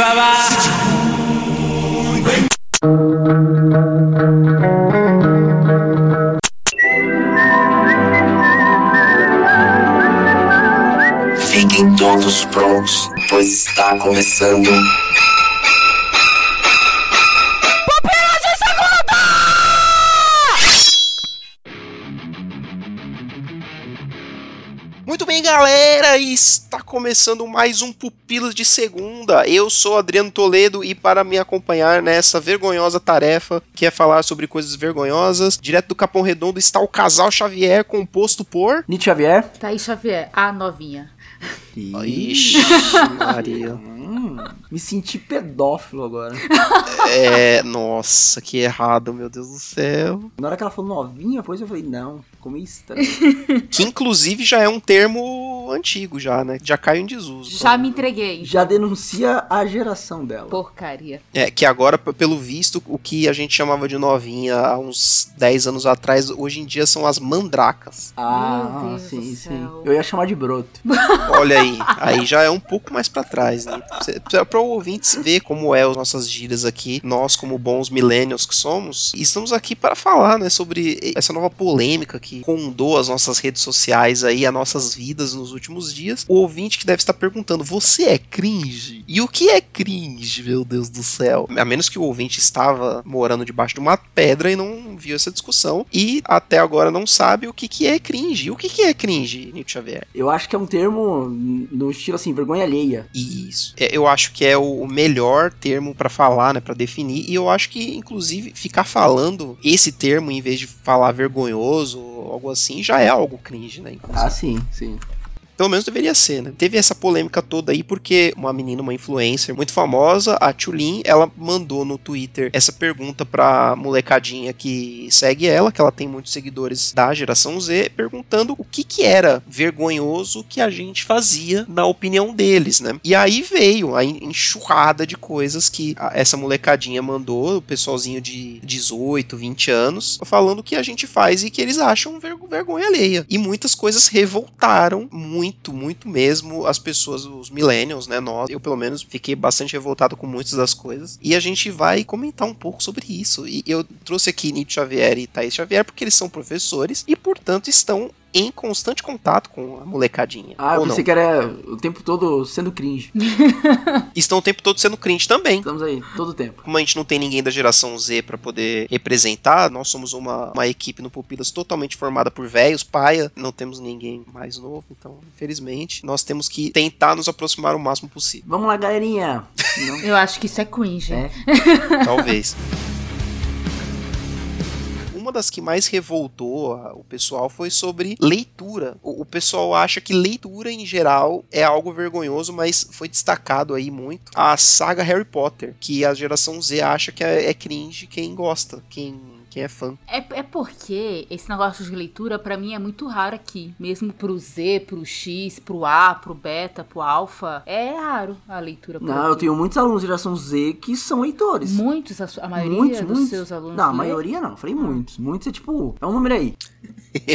Chihuahua. Fiquem todos prontos, pois está começando. Muito bem, galera, está começando mais um Pupilas de Segunda. Eu sou Adriano Toledo e para me acompanhar nessa vergonhosa tarefa, que é falar sobre coisas vergonhosas, direto do Capão Redondo está o casal Xavier, composto por... Nietzsche Xavier. Thaís Xavier, a novinha. Ixi, Maria. Hum, me senti pedófilo agora. é, nossa, que errado, meu Deus do céu. Na hora que ela falou novinha, pois eu falei, não, ficou meio estranho. Que inclusive já é um termo antigo já, né? Já caiu em desuso. Já me entreguei. Já denuncia a geração dela. Porcaria. É, que agora, p- pelo visto, o que a gente chamava de novinha há uns 10 anos atrás, hoje em dia são as mandracas. Ah, Meu Deus sim, do sim. céu. Eu ia chamar de broto. Olha aí, aí já é um pouco mais pra trás, né? Para o ouvinte ver como é as nossas gírias aqui, nós como bons millennials que somos, estamos aqui para falar, né, sobre essa nova polêmica que rondou as nossas redes sociais aí, as nossas vidas nos últimos dias. O ouvinte que deve estar perguntando, você é cringe? E o que é cringe, meu Deus do céu? A menos que o ouvinte estava morando debaixo de uma pedra e não viu essa discussão e até agora não sabe o que que é cringe. O que que é cringe, Nietzsche Xavier? Eu acho que é um termo no estilo assim, vergonha alheia. Isso. É, Eu acho que é o o melhor termo pra falar, né, Pra definir. E eu acho que, inclusive, ficar falando esse termo em vez de falar vergonhoso ou algo assim, já é algo cringe, né? inclusive. Ah, sim, sim. Pelo menos deveria ser, né? Teve essa polêmica toda aí porque uma menina, uma influencer muito famosa, a Tulin, ela mandou no Twitter essa pergunta pra molecadinha que segue ela, que ela tem muitos seguidores da geração Z, perguntando o que que era vergonhoso que a gente fazia na opinião deles, né? E aí veio a en- enxurrada de coisas que a- essa molecadinha mandou, o pessoalzinho de 18, 20 anos, falando o que a gente faz e que eles acham ver- vergonha alheia. E muitas coisas revoltaram muito, muito mesmo as pessoas, os millennials, né? Nós, eu pelo menos fiquei bastante revoltado com muitas das coisas. E a gente vai comentar um pouco sobre isso. E eu trouxe aqui Nietzsche Xavier e Thaís Xavier porque eles são professores e, portanto, estão em constante contato com a molecadinha. Ah, eu ou não. pensei que era o tempo todo sendo cringe. Estão o tempo todo sendo cringe também. Estamos aí, todo tempo. Como a gente não tem ninguém da geração Z pra poder representar, nós somos uma, uma equipe no Pupilas totalmente formada por velhos, paia, não temos ninguém mais novo, então, infelizmente, nós temos que tentar nos aproximar o máximo possível, Vamos lá, galerinha. Não. Eu acho que isso é cringe. É. talvez. Uma das que mais revoltou a- o pessoal foi sobre leitura. O, o pessoal acha que leitura em geral é algo vergonhoso, mas foi destacado aí muito a saga Harry Potter, que a geração Z acha que é, é cringe quem gosta, quem, quem é fã. É, é porque esse negócio de leitura pra mim é muito raro aqui. Mesmo pro Z, pro X, pro A, pro Beta, pro Alfa. É raro a leitura. por Não, eu aqui. tenho muitos alunos de geração Z que são leitores. Muitos, a, su- a maioria dos seus alunos. Ah. Não, a lê. maioria não, falei muitos. Muitos é tipo, é um número aí.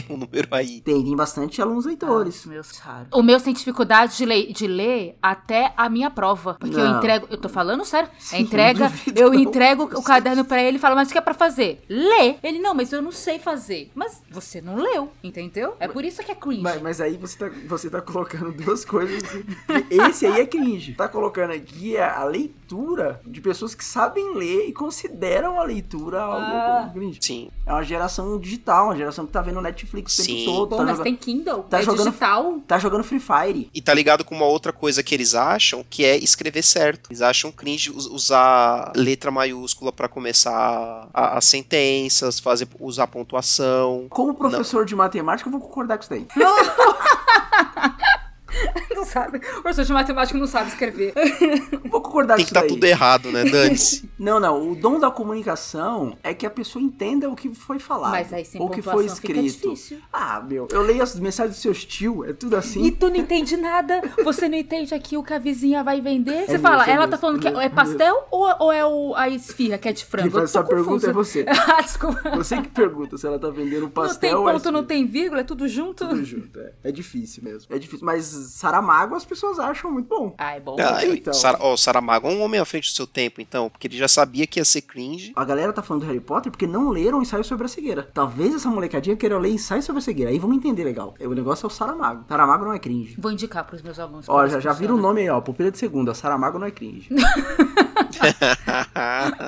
um número aí. Tem, tem bastante alunos Ah, leitores. os meus raros. O meu tem dificuldade de, lei- de ler até a minha prova. Porque eu Não. entrego. Eu tô falando sério. Sim, a entrega, não duvido, eu não. entrego o caderno pra ele e falo, mas o que é pra fazer? Lê. Ele, não, mas eu não sei fazer. Mas você não leu, entendeu? É por isso que é cringe. Mas, mas aí você tá, você tá colocando duas coisas. Esse aí é cringe. Tá colocando aqui a, a leitura de pessoas que sabem ler e consideram a leitura algo Ah. cringe. Sim. É uma geração digital, uma geração que tá vendo Netflix o tempo Sim. todo. Pô, tá, mas joga- tem Kindle, tá é jogando- digital. tá jogando Free Fire. E tá ligado com uma outra coisa que eles acham, que é escrever certo. Eles acham cringe us- usar letra maiúscula pra começar a- as sentenças, fazer usar pontuação. Como professor de matemática, eu vou concordar com isso daí. Não sabe. O professor de matemática não sabe escrever. Vou concordar Tem que com isso tá daí. tudo errado, né? Dane-se. Não, não. O dom da comunicação é que a pessoa entenda o que foi falado. Mas aí sem ou o que foi pontuação fica escrito. difícil. Ah, meu. Eu leio as mensagens do seu tio, é tudo E assim. tu não entende nada, você não entende aqui o que a vizinha vai vender. Você É fala, mesmo, é ela tá mesmo, falando que é mesmo, é é pastel ou, ou é o, a esfirra que é de frango? Quem faz Eu essa tô confusa. pergunta é você. ah, desculpa. Você que pergunta se ela tá vendendo não tem pastel ou é ponto, não esfirra. tem vírgula, é tudo junto? Tudo junto, é. É difícil mesmo. É difícil. Mas Saramago as pessoas acham muito bom. Ah, é bom. Ah, eu- então. Sara- ó, o Saramago é um homem à frente do seu tempo, então, porque ele já sabia que ia ser cringe. A galera tá falando do Harry Potter porque não leram o ensaio sobre a cegueira. Talvez essa molecadinha queira ler ensaio sobre a cegueira. Aí vão entender legal. O negócio é o Saramago. Saramago não é cringe. Vou indicar pros meus alunos. é Ó, como já, isso já vira o funciona. nome aí, ó. Pupila de segunda. Saramago não é cringe.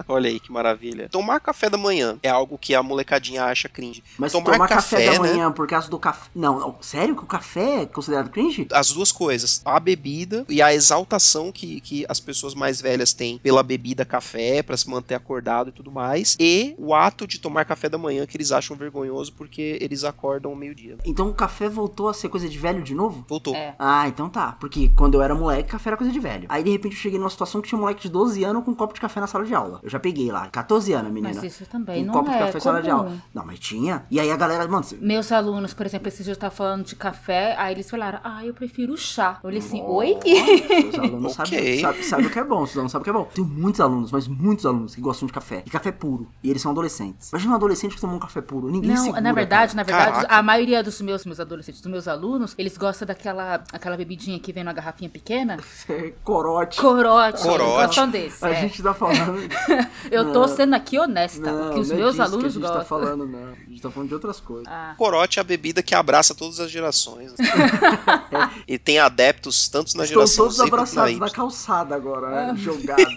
Olha aí que maravilha. Tomar café da manhã é algo que a molecadinha acha cringe. Mas tomar, café, da né? manhã por causa do café. Não, não, sério que o café é considerado cringe? As duas coisas, a bebida e a exaltação que, que as pessoas mais velhas têm pela bebida café, pra se manter acordado e tudo mais, e o ato de tomar café da manhã que eles acham vergonhoso porque eles acordam ao meio-dia. Então o café voltou a ser coisa de velho de novo? Voltou. É. Ah, então tá. Porque quando eu era moleque, café era coisa de velho. Aí de repente eu cheguei numa situação que tinha um moleque de 12 anos com um copo de café na sala de aula. Eu já peguei lá, 14 anos, menina. Mas isso também um não copo é de café na sala de comum. aula. Não, mas tinha. E aí a galera, mano, você- Meus alunos, por exemplo, esses dias eu tava falando de café, aí eles falaram, ah, eu prefiro chá. Eu olhei assim, oi? Os alunos Ok. sabem sabe, sabe o que é bom, os alunos sabem o que é bom. Tem muitos alunos, mas muitos alunos que gostam de café. E café puro. E eles são adolescentes. Imagina um adolescente que toma um café puro. Ninguém Não, segura, na verdade, na verdade, Caraca. a maioria dos meus, meus adolescentes, dos meus alunos, eles gostam daquela aquela bebidinha que vem numa garrafinha pequena. cara. é Corote. Corote. Corote. Eles gostam desse. A é. gente tá falando. Eu tô sendo aqui honesta, Não, o que os não é meus disso alunos que a gente gostam. tá falando, não. A gente tá falando de outras coisas. Ah, Corote é a bebida que abraça todas as gerações. assim. e tem adeptos tanto na Estão geração todos Z quanto na abraçados Y. na calçada agora, Ah. né? Jogados.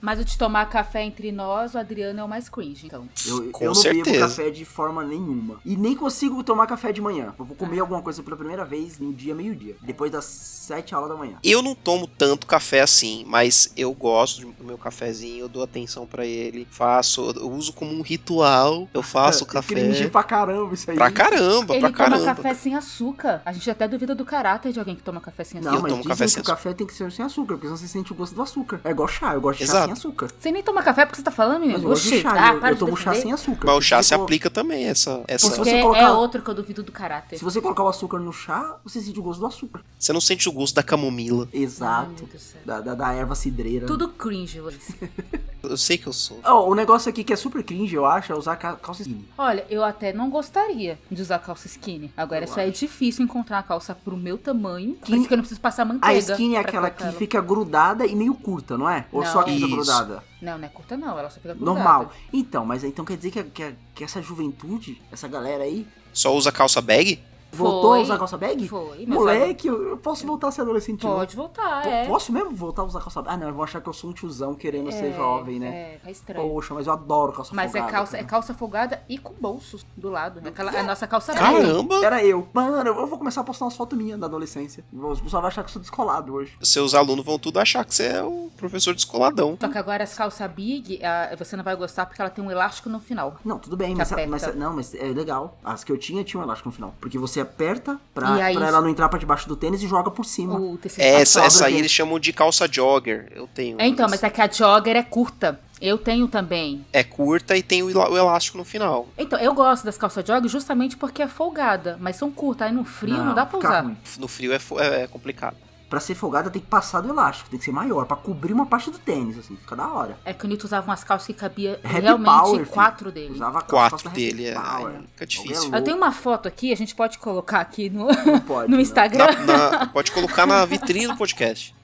mas o de tomar café entre nós, o Adriano é o mais cringe, então. Eu, Com eu não bebo certeza. café de forma nenhuma. E nem consigo tomar café de manhã. Eu vou comer Ah. alguma coisa pela primeira vez no dia meio-dia. Depois das sete horas da manhã. Eu não tomo tanto café assim, mas eu gosto do meu cafezinho, eu dou atenção pra ele, faço, eu uso como um ritual, eu É, faço o café Cringe pra caramba isso aí. pra caramba, Ele pra toma caramba. café sem açúcar. A gente até duvida do caráter de alguém que toma café sem açúcar. Não, Eu mas tomo dizem café que sem o café tem que ser sem açúcar, porque senão você sente o gosto do açúcar. É igual chá, eu gosto de chá Exato. sem açúcar. Você nem toma café porque você tá falando, menino? Mas eu gosto de Oxi, chá, ah, eu, para eu de tomo chá defender. sem açúcar. Mas o chá Porque se você colo- aplica também, essa, essa se Porque você colocar- é outro que eu duvido do caráter. Se você colocar o açúcar no chá, você sente o gosto do açúcar. você não sente o gosto da camomila. Ai, Exato. meu Deus do céu. Da, da, da erva cidreira. né? Tudo cringe, Luiz. Eu sei que eu sou. Ó, o negócio aqui que é super cringe, eu acho, é usar ca- calça skinny. Olha, eu até não gostaria de usar calça skinny. Agora, só é difícil encontrar uma calça pro meu tamanho. Por isso que eu não preciso passar A manteiga. skinny é pra aquela colocar que ela. fica grudada e meio curta, não é? Ou Não. só que fica Isso. grudada? Não, não é curta não, ela só fica grudada. Normal. Então, mas então quer dizer que, que- que essa juventude, essa galera aí, Só usa calça bag? voltou Foi. a usar calça bag? Foi, mas Moleque, eu, eu posso voltar a ser adolescente. de novo. Pode voltar, Po- é. Posso mesmo voltar a usar calça bag? Ah, não, eu vou achar que eu sou um tiozão querendo ser É, jovem, né? É, tá estranho. Poxa, mas eu adoro calça Mas é folgada, calça, é cara. calça folgada e com bolsos do lado. né? Aquela, É. a nossa calça bag. Caramba! Era eu. Mano, eu vou começar a postar umas fotos minhas da adolescência. Os pessoal vai achar que eu sou descolado hoje. Seus alunos vão tudo achar que você é o professor descoladão. Só que agora as calças big, a- você não vai gostar porque ela tem um elástico no final. Não, tudo bem, Que mas, aperta. mas- não, mas é legal. As que eu tinha tinha um elástico no final. Porque você aperta pra, E aí- pra ela não entrar pra debaixo do tênis e joga por cima. O tecido É, É. Essa, passado. essa aí tem. eles chamam de calça jogger. Eu tenho. Ah, É, então, mas é que a jogger é curta. Eu tenho também. É curta e tem o ela- o elástico no final. Então, eu gosto das calças jog justamente porque é folgada, mas são curtas, aí no frio não, dá pra fica usar. ruim. No frio é fo- é é complicado. Pra ser folgada tem que passar do elástico, tem que ser maior, pra cobrir uma parte do tênis, assim, fica da hora. É que o Nito usava umas calças que cabia Happy realmente Power, filho. quatro dele. Usava a calça quatro da dele, é. Happy aí Fica difícil. Alguém Eu tenho uma foto aqui, a gente pode colocar aqui no, Não pode, no não. Instagram. Na- na- pode colocar na vitrine do podcast.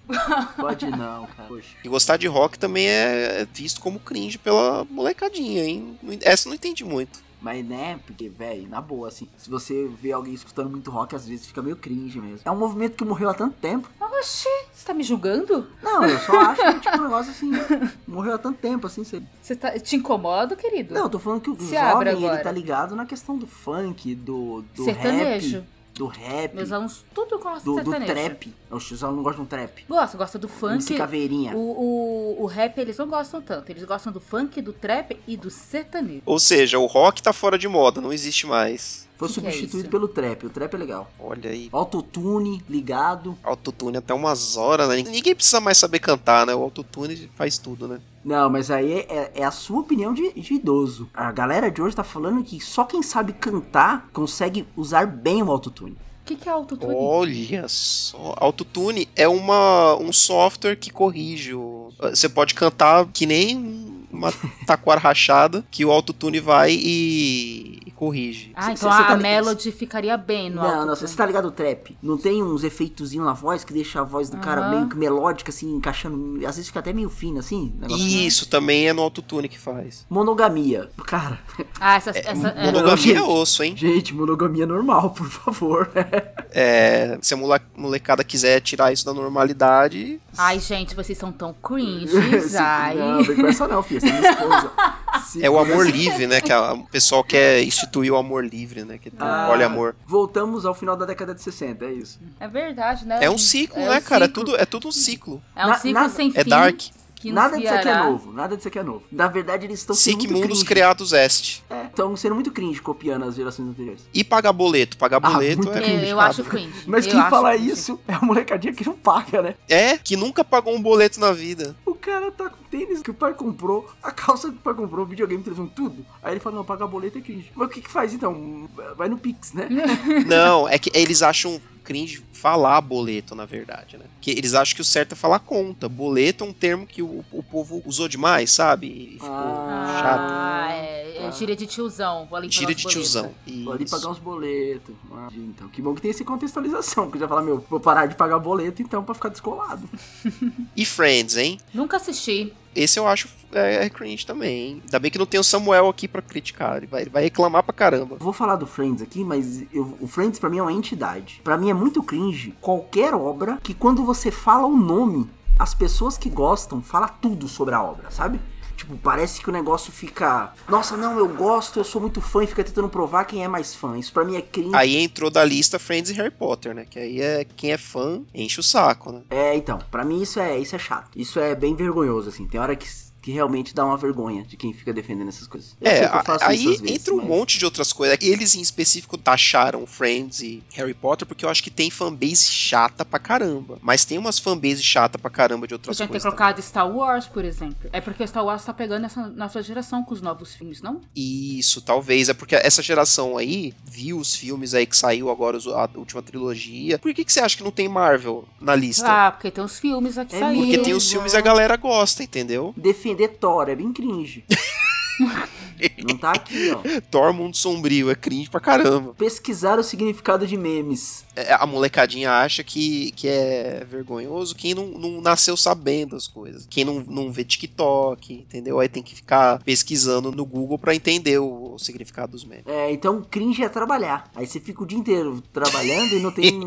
Pode não, cara. Poxa. E gostar de rock também é visto como cringe pela molecadinha, hein? Não en- Essa eu não entendi muito. Mas né, porque, velho, na boa, assim, se você vê alguém escutando muito rock, às vezes fica meio cringe mesmo. É um movimento que morreu há tanto tempo. Oxi, você tá me julgando? Não, eu só acho que, tipo, um negócio assim, morreu há tanto tempo, assim, você Você tá, te incomoda, querido? Não, eu tô falando que o Se abre jovem, agora. ele tá ligado na questão do funk, do, do Sertanejo. rap, do rap, Meus alunos tudo gostam do, de do sertanejo. trap. Os tiozão não gostam de um trap. Gosta, gosta do funk. MC Caveirinha. O, o, o rap eles não gostam tanto. Eles gostam do funk, do trap e do sertanejo. Ou seja, o rock tá fora de moda, não existe mais. Foi Que que é substituído isso? pelo trap. O trap é legal. Olha aí. Autotune, ligado. Autotune até umas horas, né? Ninguém precisa mais saber cantar, né? O autotune faz tudo, né? Não, mas aí é, é a sua opinião de, de idoso. A galera de hoje tá falando que só quem sabe cantar consegue usar bem o autotune. O que, que é autotune? Olha só. Autotune é uma, um software que corrige. o- ah, Você pode cantar que nem um- uma taquara rachada, que o autotune vai e, e corrige. Ah, Cê- então cê- cê a tá ligado? Melody ficaria bem no Não, autotune. não, você tá ligado o trap? Não tem uns efeitozinhos na voz que deixa a voz do cara Aham. meio que melódica, assim, encaixando. Às vezes fica até meio fina, assim. negócio. Isso também é no autotune que faz. Monogamia. Cara, Ah, essa, essa, é, Monogamia é gente. osso, hein? gente, monogamia é normal, por favor. É, se a mula- molecada quiser tirar isso da normalidade, Ai, gente, vocês são tão cringes. Se- ai. Não, vem com essa não, filha. Você é minha esposa. Se- é o amor livre, né? Que a- o pessoal quer instituir o amor livre, né? Que tem Ah. olha amor. Voltamos ao final da década de 60, é isso. É verdade, né? É um ciclo, É né, um cara? ciclo. É tudo, é tudo um ciclo. É um Na- ciclo nada- sem fim. É dark. Que nos nada disso aqui é guiará. novo, nada disso aqui é novo. Na verdade, eles estão sendo Sic muito mundos cringe. criados est. É, estão sendo muito cringe copiando as gerações anteriores. E pagar boleto. Pagar Ah, boleto muito é Eu- complicado. Eu, acho cringe. Mas Eu quem acho fala cringe. isso é a molecadinha que não paga, né? É, que nunca pagou um boleto na vida. O cara tá com o tênis que o pai comprou, a calça que o pai comprou, o videogame, o telefone, tudo. Aí ele fala, não, pagar boleto é cringe. Mas o que que faz então? Vai no Pix, né? Não, é que eles acham cringe falar boleto, na verdade, né? Que eles acham que o certo é falar conta. Boleto é um termo que o, o povo usou demais, sabe? E ficou Ah. chato. Ah, é, é Ah. gíria de tiozão. Vou ali Gira pegar de os boletos. tiozão. Vou ali Isso. é. pagar uns boletos. Ah, então, que bom que tem essa contextualização. Porque já fala, meu, vou parar de pagar boleto então pra ficar descolado. E Friends, hein? Nunca assisti. Esse eu acho é, é cringe também. hein? Ainda bem que não tem o Samuel aqui pra criticar. Ele vai, ele vai reclamar pra caramba. Vou falar do Friends aqui, mas eu- o Friends pra mim é uma entidade. Pra mim é muito cringe qualquer obra que quando você fala o nome, as pessoas que gostam falam tudo sobre a obra, sabe? Tipo, parece que o negócio fica. Nossa, não, eu gosto, eu sou muito fã e fica tentando provar quem é mais fã. Isso pra mim é cringe. Aí entrou da lista Friends e Harry Potter, né? Que aí é quem é fã enche o saco, né? É, então, pra mim isso é, isso é chato. Isso é bem vergonhoso, assim. Tem hora que, que realmente dá uma vergonha de quem fica defendendo essas coisas. Eu É, sei que eu a- faço aí isso às vezes, entra um mas- monte de outras coisas. Eles em específico taxaram Friends e Harry Potter porque eu acho que tem fanbase chata pra caramba. Mas tem umas fanbase chata pra caramba de outras Podia ter coisas. colocado Star Wars, por exemplo. É porque Star Wars tá pegando essa nossa geração com os novos filmes, não? também. Isso, talvez. É porque essa geração aí viu os filmes aí que saiu agora os- a última trilogia. Por que, que você acha que não tem Marvel na lista? Ah, porque tem os filmes aqui É saindo. porque tem os mesmo. filmes e a galera gosta, entendeu? Defender Thor é bem cringe. Não tá aqui, ó. Thor Mundo Sombrio é cringe pra caramba. Pesquisar o significado de memes. É, A molecadinha acha que, que é vergonhoso quem não, não nasceu sabendo as coisas. Quem não, não vê TikTok, entendeu? Aí tem que ficar pesquisando no Google pra entender o, o significado dos memes. É, então cringe é trabalhar. Aí você fica o dia inteiro trabalhando e não tem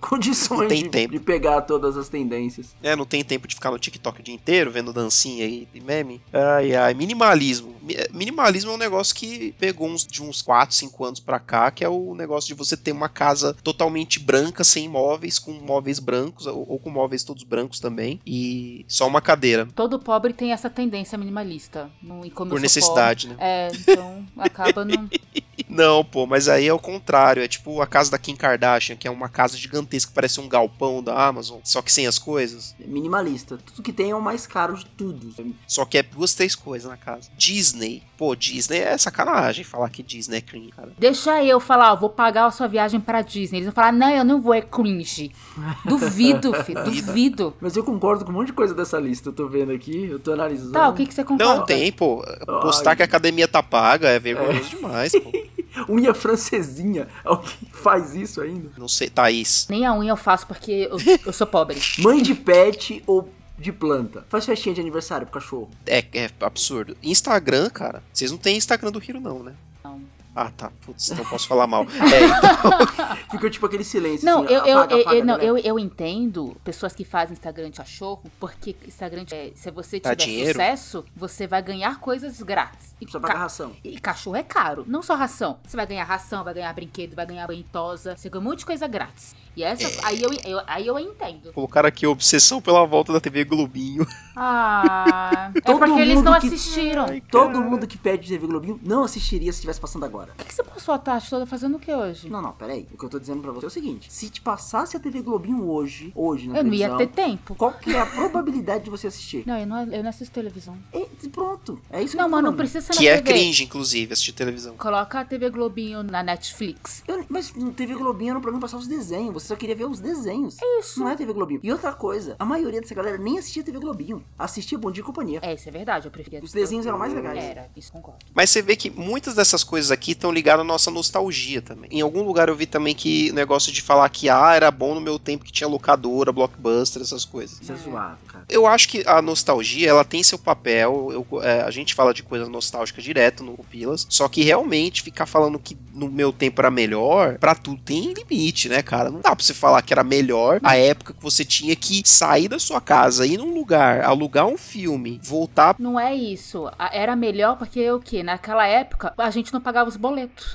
condições Não tem de, tempo. de pegar todas as tendências. É, não tem tempo de ficar no TikTok o dia inteiro vendo dancinha e, e meme. Ai, ai, minimalismo. Mi- é, Minimalismo é um negócio que pegou uns, de uns 4, 5 anos pra cá, que é o negócio de você ter uma casa totalmente branca, sem móveis, com móveis brancos, ou, ou com móveis todos brancos também, e só uma cadeira. Todo pobre tem essa tendência minimalista. No, e como eu Por sou necessidade, né? pobre- É, então acaba não. Não, pô, mas aí é o contrário. É tipo a casa da Kim Kardashian, que é uma casa gigantesca que parece um galpão da Amazon, só que sem as coisas. É Minimalista. Tudo que tem é o mais caro de tudo. Só que é duas, três coisas na casa. Disney. Pô, Disney é sacanagem falar que Disney é clean, cara. Deixa eu falar, ó, vou pagar a sua viagem pra Disney. Eles vão falar, não, eu não vou, é cringe. Duvido, filho, duvido. Mas eu concordo com um monte de coisa dessa lista. Eu tô vendo aqui, eu tô analisando. Tá, o que, que você concorda? Não tem, pô. Postar Ai. que a academia tá paga é vergonhoso demais, pô. Unha francesinha. Alguém faz isso ainda? Não sei, Thaís. Nem a unha eu faço porque eu, eu sou pobre. Mãe de pet ou de planta? Faz festinha de aniversário pro cachorro. É, é absurdo. Instagram, cara. Vocês não têm Instagram do Hiro, não, né? Não. Ah, tá. Putz, então posso falar mal. É, então. Fica tipo aquele silêncio. Não, assim, eu, eu, apaga, eu- apaga, eu- não, galera. eu, eu entendo pessoas que fazem Instagram de cachorro, porque Instagram, é, se você Dá tiver dinheiro? sucesso, você vai ganhar coisas grátis. E, Precisa pagar ca- ração. e cachorro é caro, não só ração. Você vai ganhar ração, vai ganhar brinquedo, vai ganhar banho tosa, você ganha um monte de coisa grátis. E essas, aí, eu, eu- aí eu entendo. Colocaram aqui obsessão pela volta da TV Globinho. Ah, é Todo porque eles mundo não que- assistiram. Todo mundo que pede TV Globinho não assistiria se estivesse passando agora. agora. Por que, que você passou a tarde toda fazendo o que hoje? Não, não, peraí. O que eu tô dizendo pra você é o seguinte: se te passasse a TV Globinho hoje, hoje, na eu não ia televisão, ter tempo. qual que é a probabilidade de você assistir? Não, eu não, eu não assisto televisão. E pronto. É isso que eu Não, tô mas não falando. precisa ser na Que é TV. cringe, inclusive, assistir televisão. Coloca a TV Globinho na Netflix. Eu- mas no TV Globinho era um programa que passava os desenhos. Você só queria ver os desenhos. isso. Não é TV Globinho. E outra coisa, a maioria dessa galera nem assistia TV Globinho. Assistia Bom Dia e Companhia. É, isso é verdade, eu preferia. Os desenhos eram mais legais. Era, isso concordo. Mas você vê que muitas dessas coisas aqui estão ligadas à nossa nostalgia também. Em algum lugar eu vi também que o negócio de falar que ah, era bom no meu tempo que tinha locadora, blockbuster, essas coisas. Isso é zoado, cara. Eu acho que a nostalgia, ela tem seu papel. Eu- é, a gente fala de coisa nostálgica direto no Pilas. Só que realmente ficar falando que no meu tempo era melhor, pra tudo tem limite, né, cara? Não dá pra você falar que era melhor a época que você tinha que sair da sua casa, ir num lugar, alugar um filme, voltar. Não é isso. A- Era melhor porque o quê? Naquela época a gente não pagava os boletos.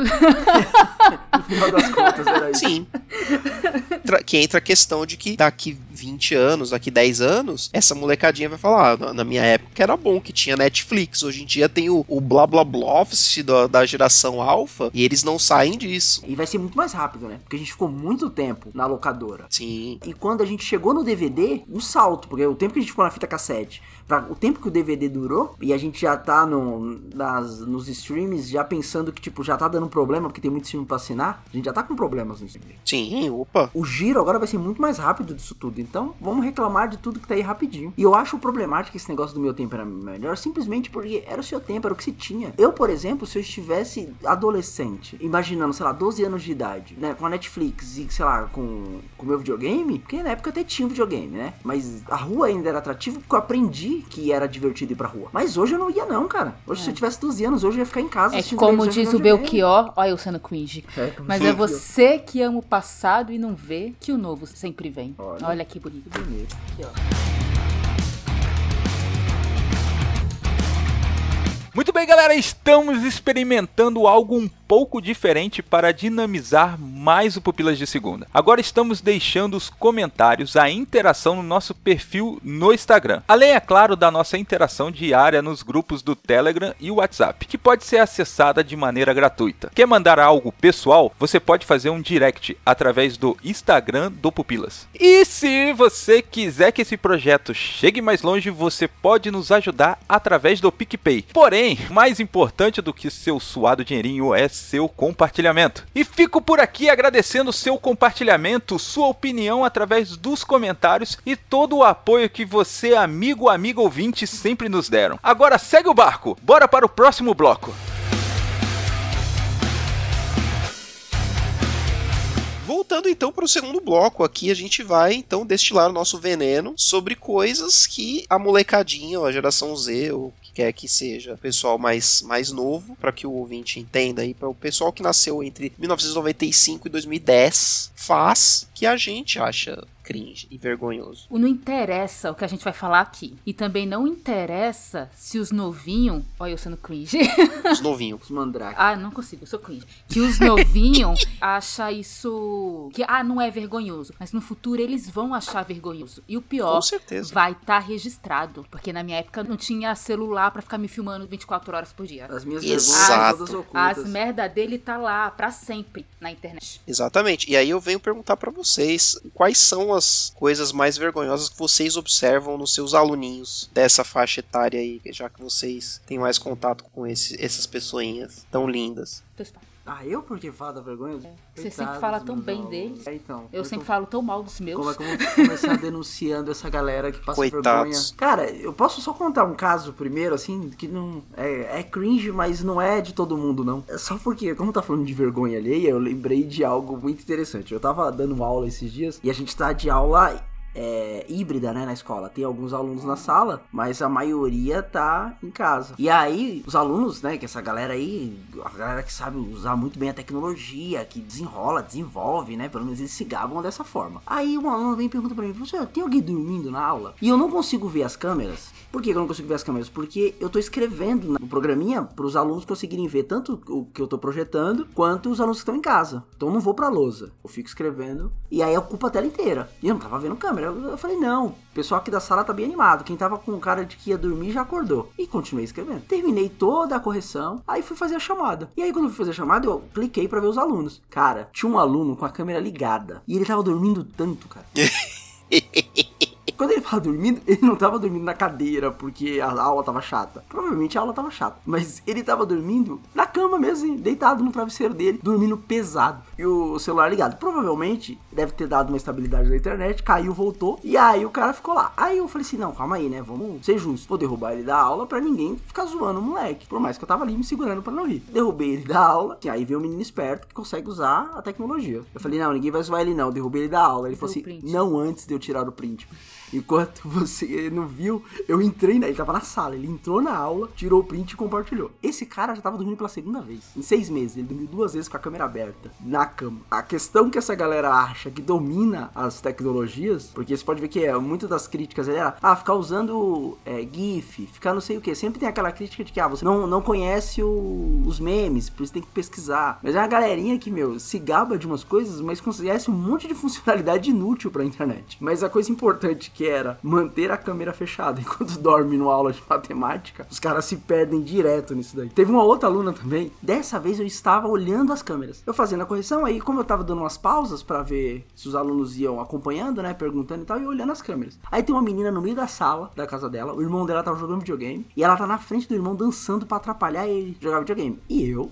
No final das contas, era isso. Sim. Tra- que entra a questão de que daqui 20 anos, daqui 10 anos, essa molecadinha vai falar: "Ah, na, na minha época era bom que tinha Netflix, hoje em dia tem o, o blá blá blá office da, da geração alfa e eles não saem disso. E vai ser muito mais rápido, né? Porque a gente ficou muito tempo na locadora. Sim. E quando a gente chegou no DVD, um salto, porque o tempo que a gente ficou na fita cassete, pra, o tempo que o DVD durou, e a gente já tá no, nas, nos streams já pensando que, tipo, já tá dando problema, porque tem muito filme pra assinar, a gente já tá com problemas no streaming. Sim, opa. O giro agora vai ser muito mais rápido disso tudo, então vamos reclamar de tudo que tá aí rapidinho. E eu acho problemático esse negócio do meu tempo era melhor, simplesmente porque era o seu tempo, era o que se tinha. Eu, por exemplo, se eu estivesse adolescente, imaginando, sei lá, 12 anos de idade, né, com a Netflix e, sei lá, com com o meu videogame, porque na época eu até tinha um videogame, né? Mas a rua ainda era atrativa porque eu aprendi que era divertido ir pra rua. Mas hoje eu não ia não, cara. Hoje se eu tivesse 12 anos, hoje eu ia ficar em casa É assistindo como televisão e diz o jogando videogame. Belchior, olha eu sendo cringe. É, como Mas diz é o Belchior. você que ama o passado e não vê que o novo sempre vem. Olha. Olha, que bonito. Bonito. Muito bem, galera, estamos experimentando algo um pouco diferente para dinamizar mais o Pupilas de Segunda. Agora estamos deixando os comentários, a interação no nosso perfil no Instagram. Além, é claro, da nossa interação diária nos grupos do Telegram e WhatsApp, que pode ser acessada de maneira gratuita. Quer mandar algo pessoal? Você pode fazer um direct através do Instagram do Pupilas. E se você quiser que esse projeto chegue mais longe, você pode nos ajudar através do PicPay. Porém, mais importante do que seu suado dinheirinho é seu compartilhamento. E fico por aqui agradecendo seu compartilhamento, sua opinião através dos comentários e todo o apoio que você, amigo, amiga ouvinte, sempre nos deram. Agora segue o barco, bora para o próximo bloco. Voltando então para o segundo bloco, aqui a gente vai então destilar o nosso veneno sobre coisas que a molecadinha, ou a geração Z, ou o que quer que seja, o pessoal mais, mais novo, para que o ouvinte entenda aí, para o pessoal que nasceu entre 1995 e 2010, faz que a gente acha cringe e vergonhoso. O Não interessa o que a gente vai falar aqui. E também não interessa se os novinhos. Olha eu sendo cringe. Os novinhos. Os mandrake. Ah, não consigo, eu sou cringe. Que os novinhos acham isso. Que, ah, não é vergonhoso. Mas no futuro eles vão achar vergonhoso. E o pior. Com certeza. Vai estar registrado. Porque na minha época não tinha celular pra ficar me filmando 24 horas por dia. As minhas Exato. vergonhas todas ocultas. As merda dele tá lá pra sempre na internet. Exatamente. E aí eu venho perguntar pra vocês quais são as coisas mais vergonhosas que vocês observam nos seus aluninhos dessa faixa etária aí, já que vocês têm mais contato com esse- essas pessoinhas tão lindas. Teus pais. Ah, eu porque falo da vergonha? Coitados É. sempre fala tão dos bem alunos. deles. É, então. Eu tô- sempre falo tão mal dos meus. Como é que eu vou começar denunciando essa galera que passa Coitados. vergonha? Cara, eu posso só contar um caso primeiro, assim, que não. É, é cringe, mas não é de todo mundo, não. É só porque, como tá falando de vergonha alheia, eu lembrei de algo muito interessante. Eu tava dando aula esses dias e a gente tá de aula. é, híbrida, né, na escola. Tem alguns alunos na sala, mas a maioria tá em casa. E aí, os alunos, né, que essa galera aí, a galera que sabe usar muito bem a tecnologia, que desenrola, desenvolve, né, pelo menos eles se gabam dessa forma. Aí um aluno vem e pergunta pra mim, professor, tem alguém dormindo na aula? E eu não consigo ver as câmeras. Por que eu não consigo ver as câmeras? Porque eu tô escrevendo no programinha para os alunos conseguirem ver tanto o que eu tô projetando, quanto os alunos que estão em casa. Então eu não vou pra lousa. Eu fico escrevendo e aí ocupa a tela inteira. E eu não tava vendo câmera. cara. Eu eu falei, não, o pessoal aqui da sala tá bem animado. Quem tava com cara de que ia dormir já acordou. E continuei escrevendo. Terminei toda a correção, aí fui fazer a chamada. E aí, quando eu fui fazer a chamada, eu cliquei pra ver os alunos. Cara, tinha um aluno com a câmera ligada. E ele tava dormindo tanto, cara. Quando ele tava dormindo, ele não tava dormindo na cadeira porque a aula tava chata. Provavelmente a aula tava chata. Mas ele tava dormindo na cama mesmo, hein? deitado no travesseiro dele, dormindo pesado. E o celular ligado. Provavelmente deve ter dado uma estabilidade na internet, caiu, voltou. E aí o cara ficou lá. Aí eu falei assim: não, calma aí, né? Vamos ser justos. Vou derrubar ele da aula pra ninguém ficar zoando o moleque. Por mais que eu tava ali me segurando pra não rir. Derrubei ele da aula. E aí veio um menino esperto que consegue usar a tecnologia. Eu falei: não, ninguém vai zoar ele não. Derrubei ele da aula. Ele falou Deu assim: print. não antes de eu tirar o print. Enquanto você não viu, eu entrei na. Ele tava na sala, ele entrou na aula, tirou o print e compartilhou. Esse cara já tava dormindo pela segunda vez. Em seis meses, ele dormiu duas vezes com a câmera aberta, na cama. A questão que essa galera acha que domina as tecnologias, porque você pode ver que é, muitas das críticas era, ah, ficar usando é, GIF, ficar não sei o que. Sempre tem aquela crítica de que, ah, você não, não conhece o- os memes, por isso tem que pesquisar. Mas é uma galerinha que, meu, se gaba de umas coisas, mas conhece um monte de funcionalidade inútil pra internet. Mas a coisa importante que era manter a câmera fechada enquanto dorme numa aula de matemática, os caras se perdem direto nisso daí. Teve uma outra aluna também, dessa vez eu estava olhando as câmeras. Eu fazendo a correção, aí como eu tava dando umas pausas pra ver se os alunos iam acompanhando, né, perguntando e tal, e olhando as câmeras. Aí tem uma menina no meio da sala da casa dela, o irmão dela tava jogando videogame, e ela tá na frente do irmão dançando pra atrapalhar ele jogar videogame. E eu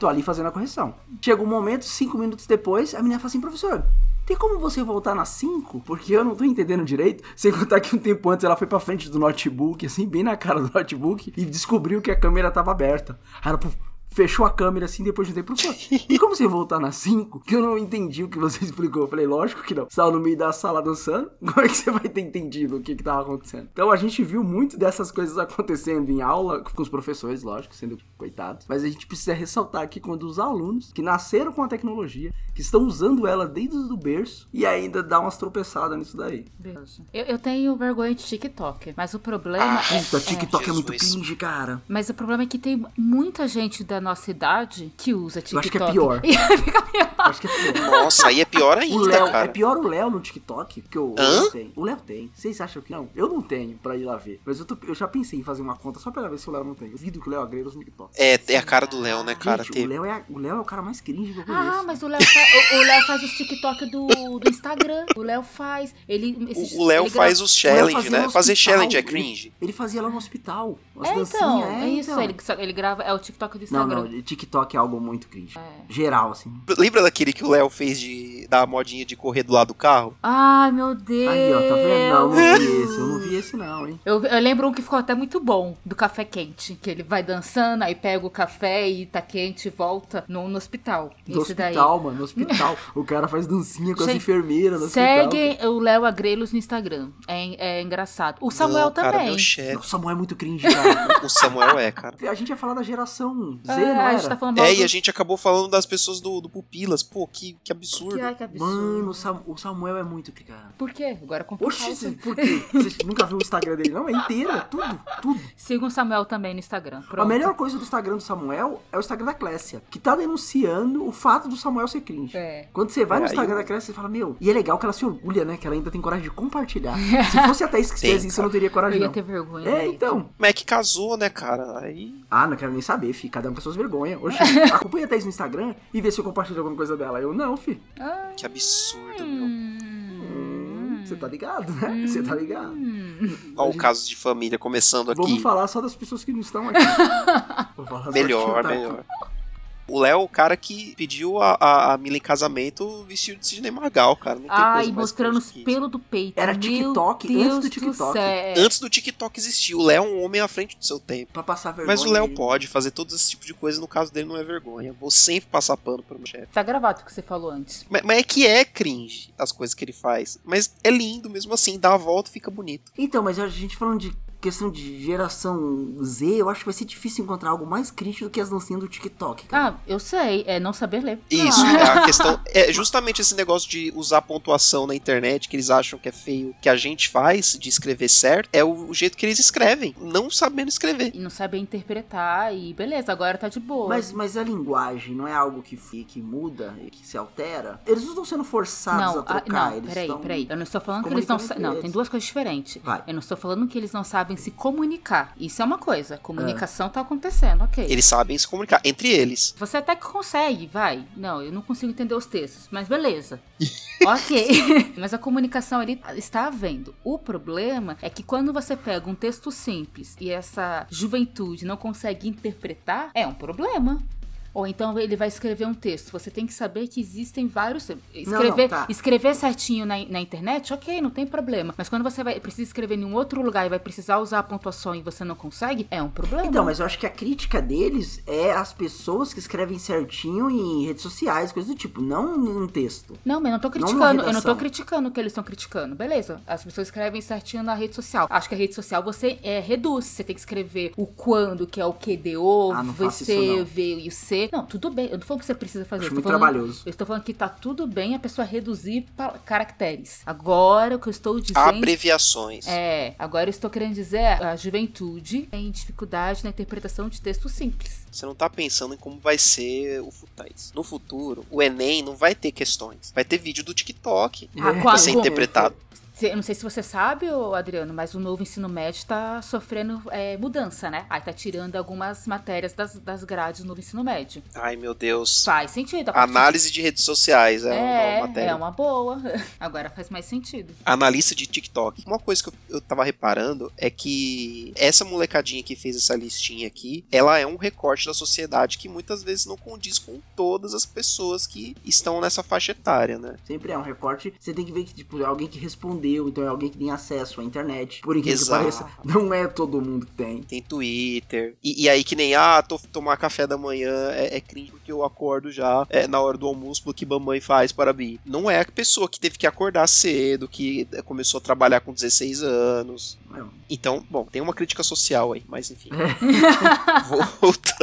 tô ali fazendo a correção. Chega um momento, cinco minutos depois, a menina fala assim, professor, tem como você voltar na 5? Porque eu não tô entendendo direito. Sem contar que um tempo antes ela foi pra frente do notebook, assim, bem na cara do notebook, e descobriu que a câmera tava aberta. Aí ela puf, fechou a câmera assim, depois de um tempo, professor, tem como você voltar na 5? Que eu não entendi o que você explicou. Eu falei, lógico que não. Você tava no meio da sala dançando, como é que você vai ter entendido o que que tava acontecendo? Então a gente viu muito dessas coisas acontecendo em aula, com os professores, lógico, sendo coitados. Mas a gente precisa ressaltar aqui quando os alunos que nasceram com a tecnologia, que estão usando ela desde o berço e ainda dá umas tropeçadas nisso daí. É. Eu, eu tenho vergonha de TikTok, mas o problema é. Puta, TikTok é, muito Jesus. cringe, cara. Mas o problema é que tem muita gente da nossa idade que usa TikTok. Eu acho que é pior. E aí fica pior. Acho que é pior. Nossa, aí é pior O ainda, Léo, é cara. pior o Léo no TikTok que o Hã? Léo tem. O Léo tem. Vocês acham que não? Eu não tenho pra ir lá ver. Mas eu, tô- eu já pensei em fazer uma conta só pra ver se o Léo não tem. Eu duvido que o Léo agreira os TikTok. É, é a cara do Léo, né, cara? Gente, Tem- o, Léo é, a- o Léo é o cara mais cringe que eu conheço. Ah, mas o Léo faz, o, o Léo faz os TikTok do, do Instagram. O Léo faz. Ele, esses- O o Léo ele faz os challenge, fazia né? no Fazer um hospital, challenge é ele- cringe. Ele fazia lá no hospital. As É, então, dancinhas, é, isso. então. Ele, só- ele grava, é o TikTok do Não, Instagram. É. não, TikTok é algo muito cringe. Geral, assim. Lembra daquele que o Léo fez de da modinha de correr do lado do carro? Ai, meu Deus. Aí, ó, tá vendo? Não, eu não vi esse, eu não vi esse não, hein. Eu, eu lembro um que ficou até muito bom, do café quente. Que ele vai dançando, aí pega o café e tá quente e volta no, no hospital. No Esse daí. hospital, mano, no hospital. o cara faz dancinha com as Gente, enfermeiras no hospital. Seguem o Léo Agrelos no Instagram. É, é engraçado. O Samuel Não, cara, também. meu Cara. chefe. O Samuel é muito cringe, cara. O Samuel é, cara. a gente ia falar da geração Z, É, não a era? gente tá falando mal É, e do- a gente acabou falando das pessoas do, do Pupilas. Pô, que, que absurdo. Que, ai, que absurdo. Mano, o, Sam- o Samuel é muito cringe, cara. Por quê? Agora é complicou. Oxi, cê- por quê? Você nunca viu o Instagram dele, não? É inteiro, é tudo, tudo. Sigam o Samuel também no Instagram. A Pronto. melhor coisa do Instagram do Samuel é o Instagram da Clécia, que tá denunciando o fato do Samuel ser cringe. É. Quando você vai É, no aí Instagram eu- da Clécia, você fala, meu, e é legal que ela se orgulha, né? Que ela ainda tem coragem de compartilhar. Se fosse a Thaís que Tem, fez isso, eu não teria Eu coragem, ia não. ter né? vergonha. É, gente. então. Como é que casou, né, cara? Aí. Ah, não quero nem saber, fi. Cada um com suas vergonhas. Oxe, acompanha a Thaís no Instagram e vê se eu compartilho alguma coisa dela. Eu não, fi. Que absurdo, Hum. meu. Hum, Você tá ligado, né? Você tá ligado. hum. Olha o caso de família começando Vamos aqui. falar só das pessoas que não estão aqui. Vou falar só de quem Melhor, tá aqui. melhor. O Léo, é o cara que pediu a, a, a Mila em casamento vestido de Sidney Magal, cara. Não tem Ai, coisa mais mostrando os cringe que isso. pelos do peito. Era Meu TikTok, Deus antes do TikTok. céu. Antes do TikTok existir, o Léo é um homem à frente do seu tempo. Pra passar vergonha. Mas o Léo aí. pode fazer todo esse tipo de coisa, no caso dele não é vergonha. Vou sempre passar pano pro meu chefe. Tá gravado o que você falou antes. Mas, mas é que é cringe as coisas que ele faz. Mas é lindo mesmo assim, dá a volta e fica bonito. Então, mas a gente falando de questão de geração Z, eu acho que vai ser difícil encontrar algo mais crítico do que as dancinhas do TikTok. Cara. Ah, eu sei, é não saber ler. Tá. Isso, Ah. é a questão é justamente esse negócio de usar pontuação na internet que eles acham que é feio, que a gente faz de escrever certo, é o jeito que eles escrevem, não sabendo escrever. E não saber interpretar, e beleza, agora tá de boa. Mas, mas a linguagem não é algo que, fi- que muda e que se altera? Eles não estão sendo forçados não, a ah, trocar. não, eles peraí, estão... peraí. Eu não estou falando que eles não. sa- comunicando Não, entre tem eles. duas coisas diferentes. Vai. Eu não estou falando que eles não sabem se comunicar. Isso é uma Ah. coisa. Comunicação tá acontecendo, ok. Eles sabem se comunicar entre eles. Você até que consegue, vai. Não, eu não consigo entender os textos, mas beleza. ok. mas a comunicação ali está havendo. O problema é que quando você pega um texto simples e essa juventude não consegue interpretar, é um problema. Ou então ele vai escrever um texto. Você tem que saber que existem vários. Escrever, tá. escrever certinho na, na internet, ok, não tem problema. Mas quando você vai, precisa escrever em um outro lugar e vai precisar usar a pontuação e você não consegue, é um problema. Então, mas eu acho que a crítica deles é as pessoas que escrevem certinho em redes sociais, coisas do tipo, não em um texto. Não, mas eu não tô numa criticando, eu não tô redação. criticando o que eles estão criticando, beleza? As pessoas escrevem certinho na rede social. Acho que a rede social você é, reduz, você tem que escrever o quando, que é o que deu, Ah, não faço isso, você, não. veio e o ser. Não, tudo bem, eu não falo que você precisa fazer. Acho eu tô muito falando- trabalhoso. Eu estou falando que tá tudo bem a pessoa reduzir pa- caracteres. Agora o que eu estou dizendo Abreviações. é, agora eu estou querendo dizer a juventude tem dificuldade na interpretação de texto simples. Você não tá pensando em como vai ser o futuro. No futuro, o Enem não vai ter questões. Vai ter vídeo do TikTok Ah, É. qual- pra ser como? interpretado. Cê- Eu não sei se você sabe, ô, Adriano, mas o novo ensino médio tá sofrendo é, mudança, né? Aí tá tirando algumas matérias das, das grades do novo ensino médio. Ai, meu Deus. Faz sentido. a partir Análise de redes sociais de- é, né? É, uma matéria. é uma boa. Agora faz mais sentido. analista de TikTok. Uma coisa que eu, eu tava reparando é que essa molecadinha que fez essa listinha aqui, ela é um recorte da sociedade que muitas vezes não condiz com todas as pessoas que estão nessa faixa etária, né? Sempre é um recorte. Você tem que ver que, tipo, é alguém que respondeu, então é alguém que tem acesso à internet. Por incrível que Exato. pareça, não é todo mundo que tem. Tem Twitter. E, e aí que nem, ah, tô tomar café da manhã é, é cringe porque eu acordo já é, na hora do almoço, porque que mamãe faz para mim. Não é a pessoa que teve que acordar cedo, que eh, começou a trabalhar com 16 anos. É, Então, bom, tem uma crítica social aí, mas enfim. Volta.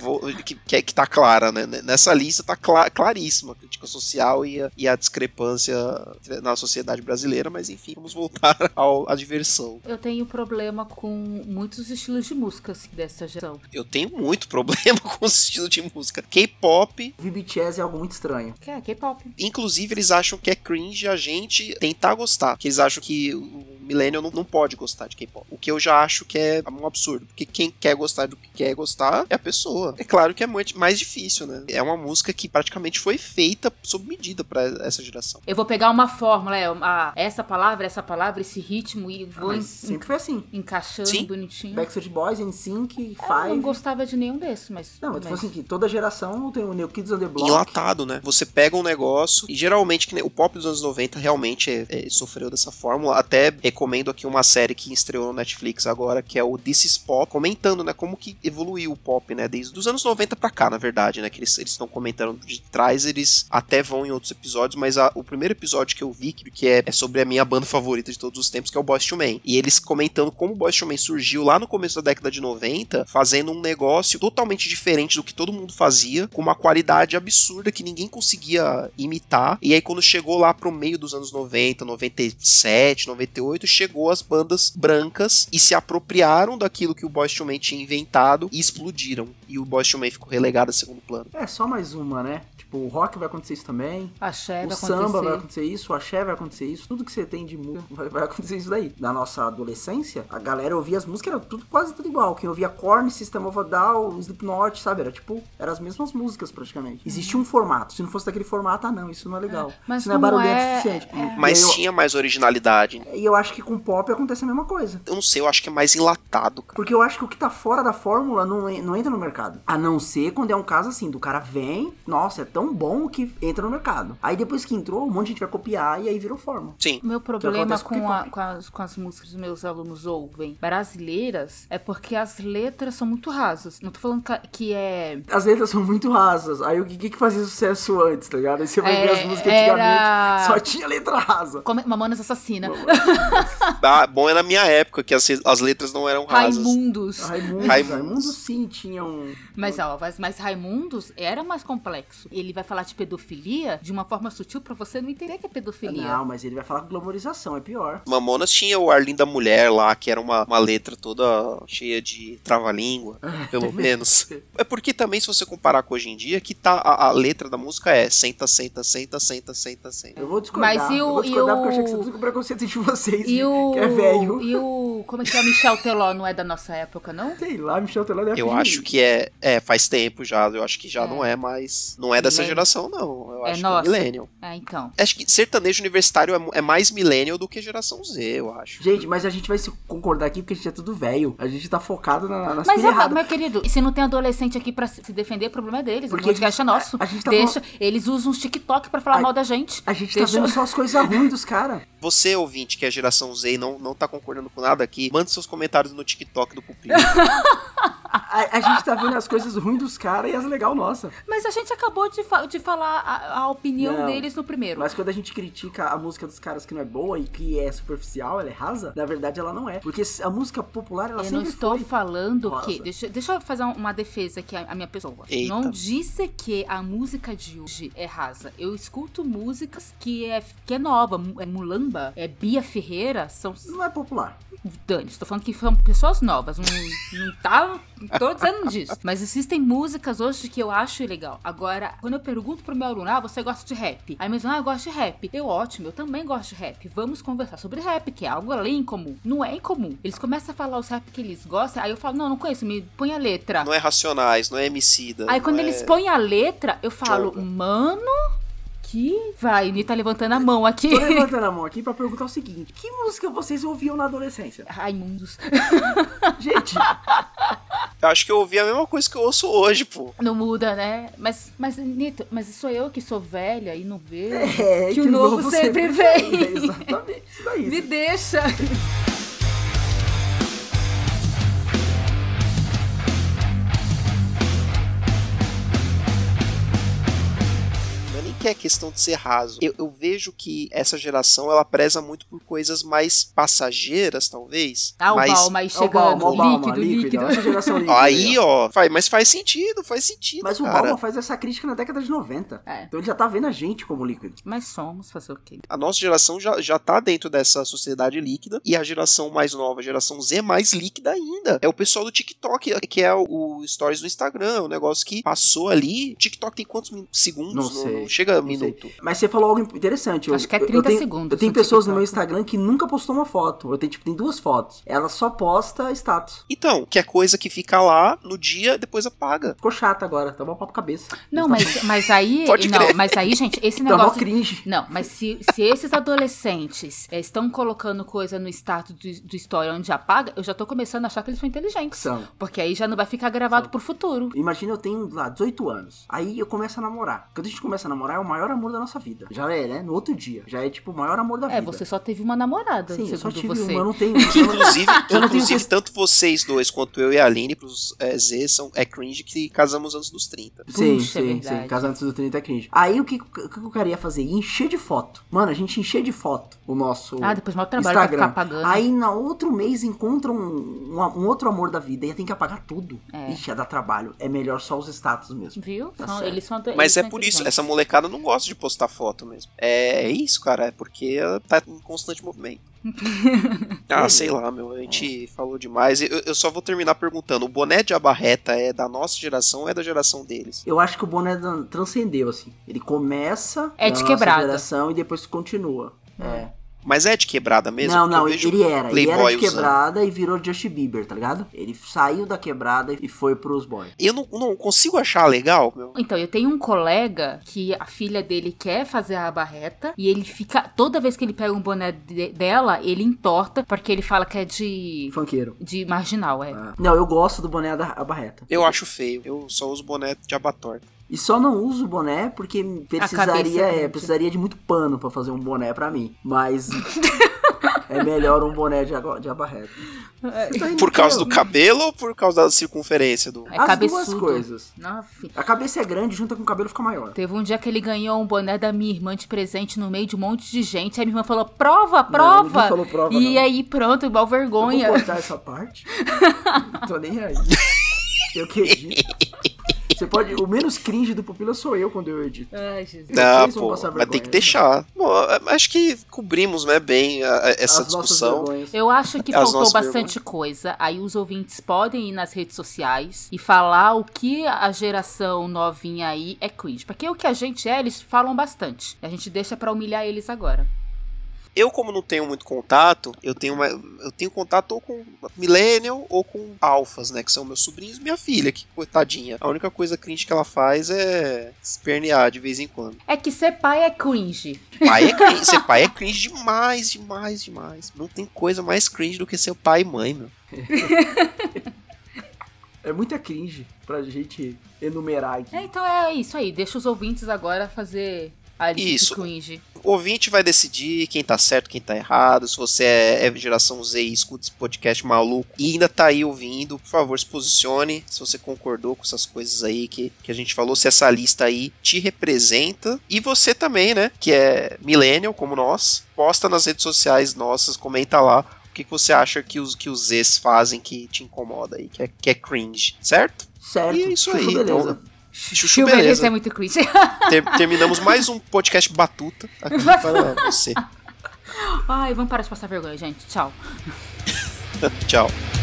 Vou, que, que, é que tá clara, né? Nessa lista tá cla- claríssima a crítica social e a, e a discrepância entre- na sociedade brasileira, mas enfim, vamos voltar ao, à diversão. Eu tenho problema com muitos estilos de música assim, dessa geração. Eu tenho muito problema com o estilo de música. K-pop, O BTS é algo muito estranho. Que é K-pop. inclusive, eles acham que é cringe a gente tentar gostar, que eles acham que o Millennial não, não pode gostar de K-pop. O que eu já acho que é um absurdo, porque quem quer gostar do que quer gostar é a pessoa. É claro que é muito mais difícil, né? É uma música que praticamente foi feita sob medida pra essa geração. Eu vou pegar uma fórmula, é, uma- essa palavra, essa palavra, esse ritmo e vou Mas en- sempre foi assim. en- encaixando Sim. bonitinho. Backstreet Boys, NSYNC, É, Eu não Five. gostava de nenhum desses, mas. Não, mas mas tipo assim, que toda geração tem o New Kids on the Block. enlatado, né? Você pega um negócio e geralmente que nem- o pop dos anos 90 realmente é- é, sofreu dessa fórmula. Até recomendo aqui uma série que estreou no Netflix agora, que é o This is Pop, comentando, né, como que evoluiu o pop, né, desde os anos 90 pra cá, na verdade, né, que eles eles estão comentando de trás, eles até vão em outros episódios, mas a- o primeiro episódio que eu vi, que que é, é sobre a minha banda favorita de todos os tempos, que é o Boyz II Man. E eles comentando como o Boyz II Man surgiu lá no começo da década de 90, fazendo um negócio totalmente diferente do que todo mundo fazia, com uma qualidade absurda que ninguém conseguia imitar. E aí quando chegou lá pro meio dos anos 90, 97, 98, chegou as bandas brancas e se apropriaram daquilo que o Boyz II Man tinha inventado e explodiram. E o Boyz II Man ficou relegado a segundo plano. É só mais uma, né? Tipo, o rock vai acontecer isso também. Axé o É, vai samba vai acontecer. acontecer isso, o axé vai acontecer isso, tudo que você tem de música vai, vai acontecer isso daí. Na nossa adolescência, a galera ouvia as músicas, era tudo quase tudo igual. Quem ouvia Korn, System of a Down, Slipknot, sabe? Era tipo, eram as mesmas músicas praticamente. Existia um formato, se não fosse daquele formato, ah não, isso não é legal. mas isso não é não barulhento Uhum. é- o suficiente. Mas e eu, tinha mais originalidade. né? e eu acho que com pop acontece a mesma coisa. Eu não sei, eu acho que é mais enlatado, cara. Porque eu acho que o que tá fora da fórmula não, en- não entra no mercado. A não ser quando é um caso assim, do cara vem, nossa, é tão bom que entra no mercado. Aí depois que entrou, um monte de gente vai copiar e aí virou fórmula. Sim. O meu problema acontece com com, a- K-pop. com as, com as músicas que os meus alunos ouvem brasileiras é porque as letras são muito rasas. Não tô falando ca- que é. As letras são muito rasas. Aí o que que fazia sucesso antes, tá ligado? Aí você vai ver É, as músicas era- antigamente, só tinha letra rasa. Como é- Mamonas assassina. Ah, bom é na minha época, que as, as letras não eram rasas. Raimundos. Raimundo, Raimundos. Raimundo sim tinha um. Mas, ó, mas, mas Raimundos era mais complexo. Ele vai falar de pedofilia de uma forma sutil pra você não entender que é pedofilia. Não, mas ele vai falar com glamorização, é pior. Mamonas tinha o Arlindo da Mulher lá, que era uma, uma letra toda cheia de trava-língua, pelo menos. É porque também, se você comparar com hoje em dia, que tá a, a letra da música é senta, senta, senta, senta, senta, senta. Eu vou discordar. Mas e o- eu vou discordar e o- porque eu achei que você tá tudo com preconceito de vocês. E né? o. Que é velho. E o. Como é que é? O Michel Teló não é da nossa época, não? Sei lá, Michel Teló deve Eu pedir. acho que é, é, faz tempo já, eu acho que já É. não é mais, não é dessa Millennium. geração não, eu É acho nossa. que é millennial. Ah, então. Acho que sertanejo universitário é, mu- é mais millennial do que geração Z, eu acho. Gente, mas a gente vai se concordar aqui porque a gente é tudo velho. A gente tá focado na, nas Mas, pilhas é, erradas. meu querido, se não tem adolescente aqui pra se se defender, o problema é deles. Porque o podcast é nosso. a gente tá Deixa. Eles usam os TikTok pra falar A- mal da gente. A gente tá Deixa- vendo só as coisas ruins dos caras. Você, ouvinte, que é geração Z e não, não tá concordando com nada aqui, manda seus comentários no TikTok do Pupilo. A, a gente tá vendo as coisas ruins dos caras e as legal nossa. Mas a gente acabou de, fa- de falar a, a opinião Não. deles no primeiro. Mas quando a gente critica a música dos caras que não é boa e que é superficial, ela é rasa, na verdade ela não é. Porque a música popular, ela Eu não sempre estou foi. falando Rosa. que. Deixa, deixa eu fazer uma defesa aqui à à minha pessoa. Eita. Não disse que a música de hoje é rasa. Eu escuto músicas que é, que é nova. Mu- É Mulamba, é Bia Ferreira. São. Não é popular. Dani, estou falando que são pessoas novas. Não, não tá. Não tô dizendo disso. Mas existem músicas hoje que eu acho legal. Agora, quando eu pergunto pro meu aluno, ah, você gosta de rap? Aí mesmo, ah, eu gosto de rap. Eu, ótimo, eu também gosto de rap. Vamos conversar sobre rap, que é algo além incomum. Não é incomum. Eles começam a falar os rap que eles gostam, aí eu falo, não, não conheço, me põe a letra. não é Racionais, não é Emicida. Aí não quando é- eles põem a letra, eu falo, Joga. mano, que. Vai, me tá levantando a mão aqui. Tô levantando a mão aqui pra perguntar o seguinte: que música vocês ouviam na adolescência? Raimundos. Gente, Eu acho que eu ouvi a mesma coisa que eu ouço hoje, pô. Não muda, né? Mas, mas, Nito, mas sou eu que sou velha e não vejo. é Que o novo sempre vem. É Exatamente, isso daí. É Me deixa! Não é nem que é questão de ser raso. Eu, eu vejo que essa geração, ela preza muito por coisas mais passageiras, talvez. mas... Albal, mas Ó, é o Balma, chegando. ó, o Balma, líquido, líquido. Essa geração líquida. Aí, ó, faz, mas faz sentido, faz sentido, Mas o cara. Balma faz essa crítica na década de 90. É. Então ele já tá vendo a gente como líquido. Mas somos fazer o quê? A nossa geração já, já tá dentro dessa sociedade líquida e a geração mais nova, a geração Z, é mais líquida ainda. É o pessoal do TikTok, que é o, o Stories do Instagram, o negócio que passou ali. TikTok tem quantos min- segundos? Não sei, chega a não minuto. Mas você falou algo interessante. Eu, Acho que é eu- eu 30 tenho- segundos Eu tenho no pessoas no TikTok. meu Instagram que nunca postou uma foto. Eu tenho, tipo, tem duas fotos. Ela só posta status. Então, que é coisa que fica lá no dia, depois apaga. Ficou chata agora, tá mó papo cabeça. Não, mas, mas aí. Pode não, crer. mas aí, gente, esse Tá mó negócio. cringe. Não, mas se, se esses adolescentes eh, estão colocando coisa no status do, do story onde apaga, eu já tô começando a achar que eles são inteligentes. São. Porque aí já não vai ficar gravado pro futuro. Imagina eu tenho lá 18 anos. Aí eu começo a namorar. Quando a gente começa a namorar, é o maior amor da nossa vida. Já é, né? No outro dia. Já é tipo o maior amor da É, vida. você só teve uma namorada, Sim, eu só segundo tive você. uma, eu não tenho. um Que inclusive, que, Eu não tenho inclusive quest- tanto vocês dois quanto eu e a Aline, pros é, Z, são, é cringe que casamos antes dos 30. Sim, Puxa, é sim, verdade. sim. Casar antes do 30 é cringe. Aí o que, o que eu queria fazer? Encher de foto. Mano, a gente encher de foto o nosso. Ah, depois mal trabalho pra Instagram. ficar pagando. Aí na outro mês encontra um, um, um outro amor da vida e tem que apagar tudo. É. Ixi, ia dar trabalho. É melhor só os status mesmo. Viu? Tá São- certo. eles são ado- eles Mas é são por isso, inteligentes. essa molecada não gosta de postar foto mesmo. É, é isso, cara, é porque ela tá em constante movimento. ah, sei lá, meu, a gente falou demais. Eu, eu só vou terminar perguntando: o boné de abarreta é da nossa geração ou é da geração deles? Eu acho que o Boné dan- transcendeu, assim. Ele começa É na de nossa quebrada. geração e depois continua. É. Mas é de quebrada mesmo? não, Porque eu não, vejo ele é. era. Ele era Playboy de usando. quebrada e virou Justin Bieber, tá ligado? Ele saiu da quebrada e foi pros boys. Eu não, não consigo achar legal, meu. Então, eu tenho um colega que a filha dele quer fazer a barreta e ele fica. Toda vez que ele pega um boné de- dela, ele entorta, porque ele fala que é de. Funkeiro. de marginal, é. Ah. Não, eu gosto do boné da a barreta. Eu acho feio. Eu só uso boné de abator. E só não uso boné porque cabeça precisaria, é, grande. precisaria de muito pano pra fazer um boné pra mim. Mas É melhor um boné de, ago- de abarreta. É, Você tá indo Por causa do pelo- cabelo ou por causa da circunferência do. É As cabeçudo. duas coisas. Nossa, A cabeça é grande, junta com o cabelo fica maior. Teve um dia que ele ganhou um boné da minha irmã de presente no meio de um monte de gente. Aí minha irmã falou: prova, prova! ninguém falou prova, e não. aí, pronto, igual vergonha. Eu vou cortar essa parte. Tô nem aí. Eu que edito. Você pode. O menos cringe do pupila sou eu quando eu edito. Ai, Jesus. Ah, Vocês vão pô, passar mas tem que vergonha. né? deixar. Bom, acho que cobrimos né, bem a- a- essa As discussão. Nossas vergonhas. Eu acho que As faltou nossas bastante coisa. Aí os ouvintes podem ir nas redes sociais e falar o que a geração novinha aí é cringe. Porque o que a gente é, eles falam bastante. A gente deixa pra humilhar eles agora. Eu, como não tenho muito contato, eu tenho, uma- eu tenho contato ou com Millennial ou com Alphas, né? Que são meus sobrinhos e minha filha, que coitadinha. A única coisa cringe que ela faz é espernear de vez em quando. É que ser pai é cringe. Pai é cringe, ser pai é cringe demais, demais, demais. Não tem coisa mais cringe do que ser pai e mãe, meu. É muita cringe pra gente enumerar aqui. É, então é isso aí. Deixa os ouvintes agora fazer a lista Isso. de cringe. O ouvinte vai decidir quem tá certo, quem tá errado. Se você é, é geração Z e escuta esse podcast maluco e ainda tá aí ouvindo, por favor, se posicione. Se você concordou com essas coisas aí que, que a gente falou, se essa lista aí te representa. E você também, né, que é millennial como nós, posta nas redes sociais nossas, comenta lá. O que, que você acha que os, que os Zs fazem que te incomoda aí, que é, que é cringe, certo? Certo. E é isso aí, Chuchu, beleza. Chuchu, Tio Beleza é beleza. muito cringe. Ter- terminamos mais um podcast batuta aqui para você. Ai, vamos parar de passar vergonha, gente. Tchau. Tchau.